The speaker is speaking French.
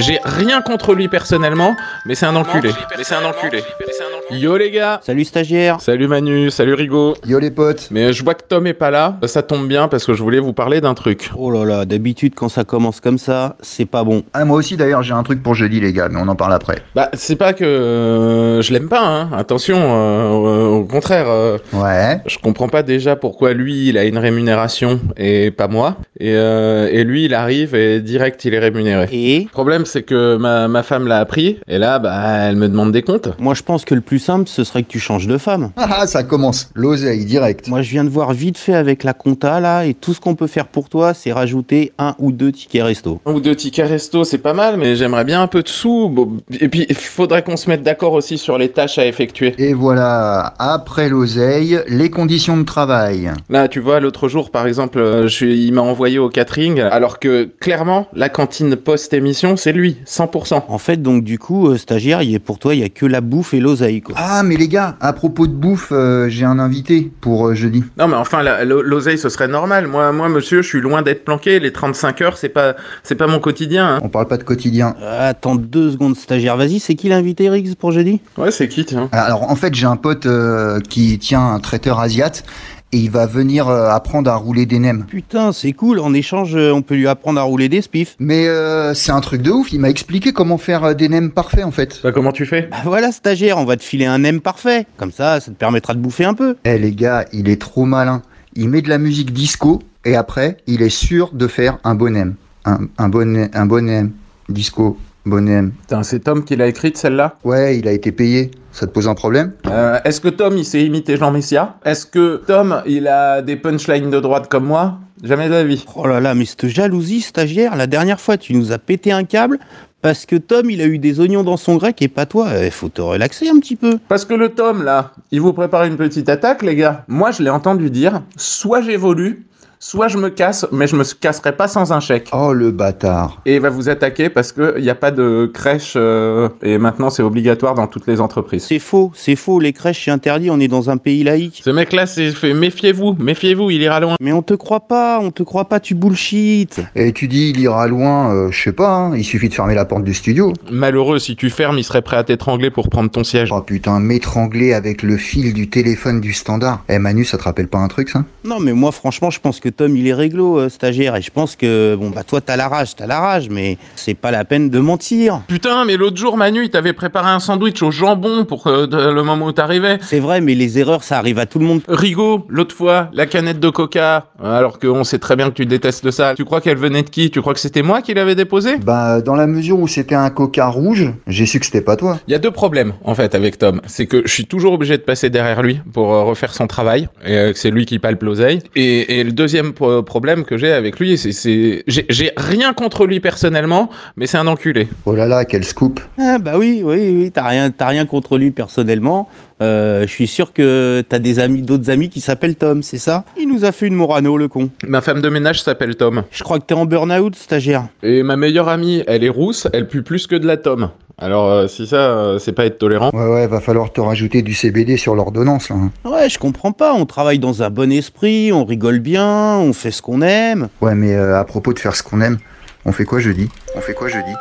J'ai rien contre lui personnellement, mais c'est un enculé. Mais c'est un enculé. Yo les gars Salut stagiaire Salut Manu, salut Rigo. Yo les potes Mais je vois que Tom est pas là, ça tombe bien parce que je voulais vous parler d'un truc. Oh là là, d'habitude quand ça commence comme ça, c'est pas bon. Ah moi aussi d'ailleurs j'ai un truc pour jeudi les gars, mais on en parle après. Bah, c'est pas que euh, je l'aime pas, hein. attention, euh, au- au contraire. euh, Ouais. je comprends pas déjà pourquoi lui, il a une rémunération et pas moi. Et, euh, et lui, il arrive et direct, il est rémunéré. Et Le problème, c'est que ma, ma femme l'a appris, et là, bah, elle me demande des comptes. moi je pense que le plus simple, ce serait que tu changes de femme. Ah ah, ça commence. L'oseille direct. Moi je viens de voir vite fait avec la compta là, et tout ce qu'on peut faire pour toi, c'est rajouter un ou deux tickets resto. Un ou deux tickets resto, c'est pas mal, mais j'aimerais bien un peu de sous. Bon, et puis, il faudrait qu'on se mette d'accord aussi sur les tâches à effectuer. Et voilà, après l'oseille, les conditions de travail. Là, tu vois, l'autre jour, par exemple, euh, je suis- il m'a envoyé au catering, alors que clairement, la cantine post-émission, c'est lui, 100%. En fait donc du coup, euh, stagiaire, il est pour toi, il y a que la bouffe et l'oseille quoi. Ah mais les gars, à propos de bouffe, euh, j'ai un invité pour euh, jeudi. Non, mais enfin, la- l'o- l'oseille, ce serait normal. Moi, moi, monsieur, je suis loin d'être planqué. Les 35 heures, c'est pas, c'est pas mon quotidien. hein. On parle pas de quotidien. Euh, Attends deux secondes stagiaire, vas-y, c'est qui l'invité Riggs pour jeudi Ouais, c'est hein. qui, tiens Alors en fait j'ai un pote euh, qui tient un traiteur asiate et il va venir euh, apprendre à rouler des nems. Putain, c'est cool, en échange euh, on peut lui apprendre à rouler des spiffs. Mais euh, c'est un truc de ouf, il m'a expliqué comment faire euh, des nems parfaits en fait. Bah, comment tu fais Bah voilà stagiaire, on va te filer un M parfait. Comme ça, ça te permettra de bouffer un peu. Eh les gars, il est trop malin. Il met de la musique disco et après, il est sûr de faire un bonhomme. Un, un bonhomme, un bonhomme. Disco, bonhomme. Putain, c'est Tom qui l'a écrite, celle-là. Ouais, il a été payé. Ça te pose un problème Euh, Est-ce que Tom, il sait imiter Jean Messia Est-ce que Tom, il a des punchlines de droite comme moi Jamais de la vie. Oh là là, mais cette jalousie stagiaire, la dernière fois tu nous as pété un câble parce que Tom il a eu des oignons dans son grec et pas toi. Il faut te relaxer un petit peu. Parce que le Tom, là, il vous prépare une petite attaque, les gars. Moi, je l'ai entendu dire, soit j'évolue, soit je me casse, mais je me casserai pas sans un chèque. Oh le bâtard. Et il va vous attaquer parce qu'il n'y a pas de crèche, euh, et maintenant, c'est obligatoire dans toutes les entreprises. C'est faux, c'est faux, les crèches c'est interdit, on est dans un pays laïque. Ce mec-là, c'est fait, méfiez-vous, méfiez-vous, il ira loin. Mais on te croit pas, on te croit pas, tu bullshit. Et Eh, tu dis, il ira loin, euh, je sais pas, hein, il suffit de fermer la porte du studio. Malheureux, si tu fermes, il serait prêt à t'étrangler pour prendre ton siège. Oh putain, m'étrangler avec le fil du téléphone du standard. Eh Manu, ça te rappelle pas un truc ça Non mais moi franchement je pense que Tom il est réglo euh, stagiaire et je pense que bon bah toi t'as la rage, t'as la rage mais c'est pas la peine de mentir. Putain, mais l'autre jour, Manu, il t'avait préparé un sandwich au jambon pour euh, de- le moment où t'arrivais. C'est vrai mais les erreurs ça arrive à tout le monde. Rigaud, l'autre fois, la canette de coca, hein, alors qu'on sait très bien que tu détestes ça. Tu crois qu'elle venait de qui Tu crois que c'était moi qui l'avais déposée Bah, dans la mesure où c'était un coca rouge, j'ai su que c'était pas toi. Il y a deux problèmes, en fait, avec Tom. C'est que je suis toujours obligé de passer derrière lui pour euh, refaire son travail, et euh, que c'est lui qui palpe l'oseille. Et, et le deuxième pro- problème que j'ai avec lui, c'est- c'est... J'ai j'ai rien contre lui personnellement, mais c'est un enculé. Oh là là, quel scoop. Ah bah oui, oui, oui, t'as rien, t'as rien contre lui personnellement. Euh, je suis sûr que t'as des amis, d'autres amis qui s'appellent Tom, c'est ça Il nous a fait une Morano, le con. Ma femme de ménage s'appelle Tom. Je crois que t'es en burn-out, stagiaire. Et ma meilleure amie, elle est rousse, elle pue plus que de la tome. Alors euh, si ça, euh, c'est pas être tolérant. Ouais ouais, va falloir te rajouter du CBD sur l'ordonnance là. hein. Ouais, je comprends pas. On travaille dans un bon esprit, on rigole bien, on fait ce qu'on aime. Ouais, mais euh, à propos de faire ce qu'on aime, on fait quoi jeudi On fait quoi jeudi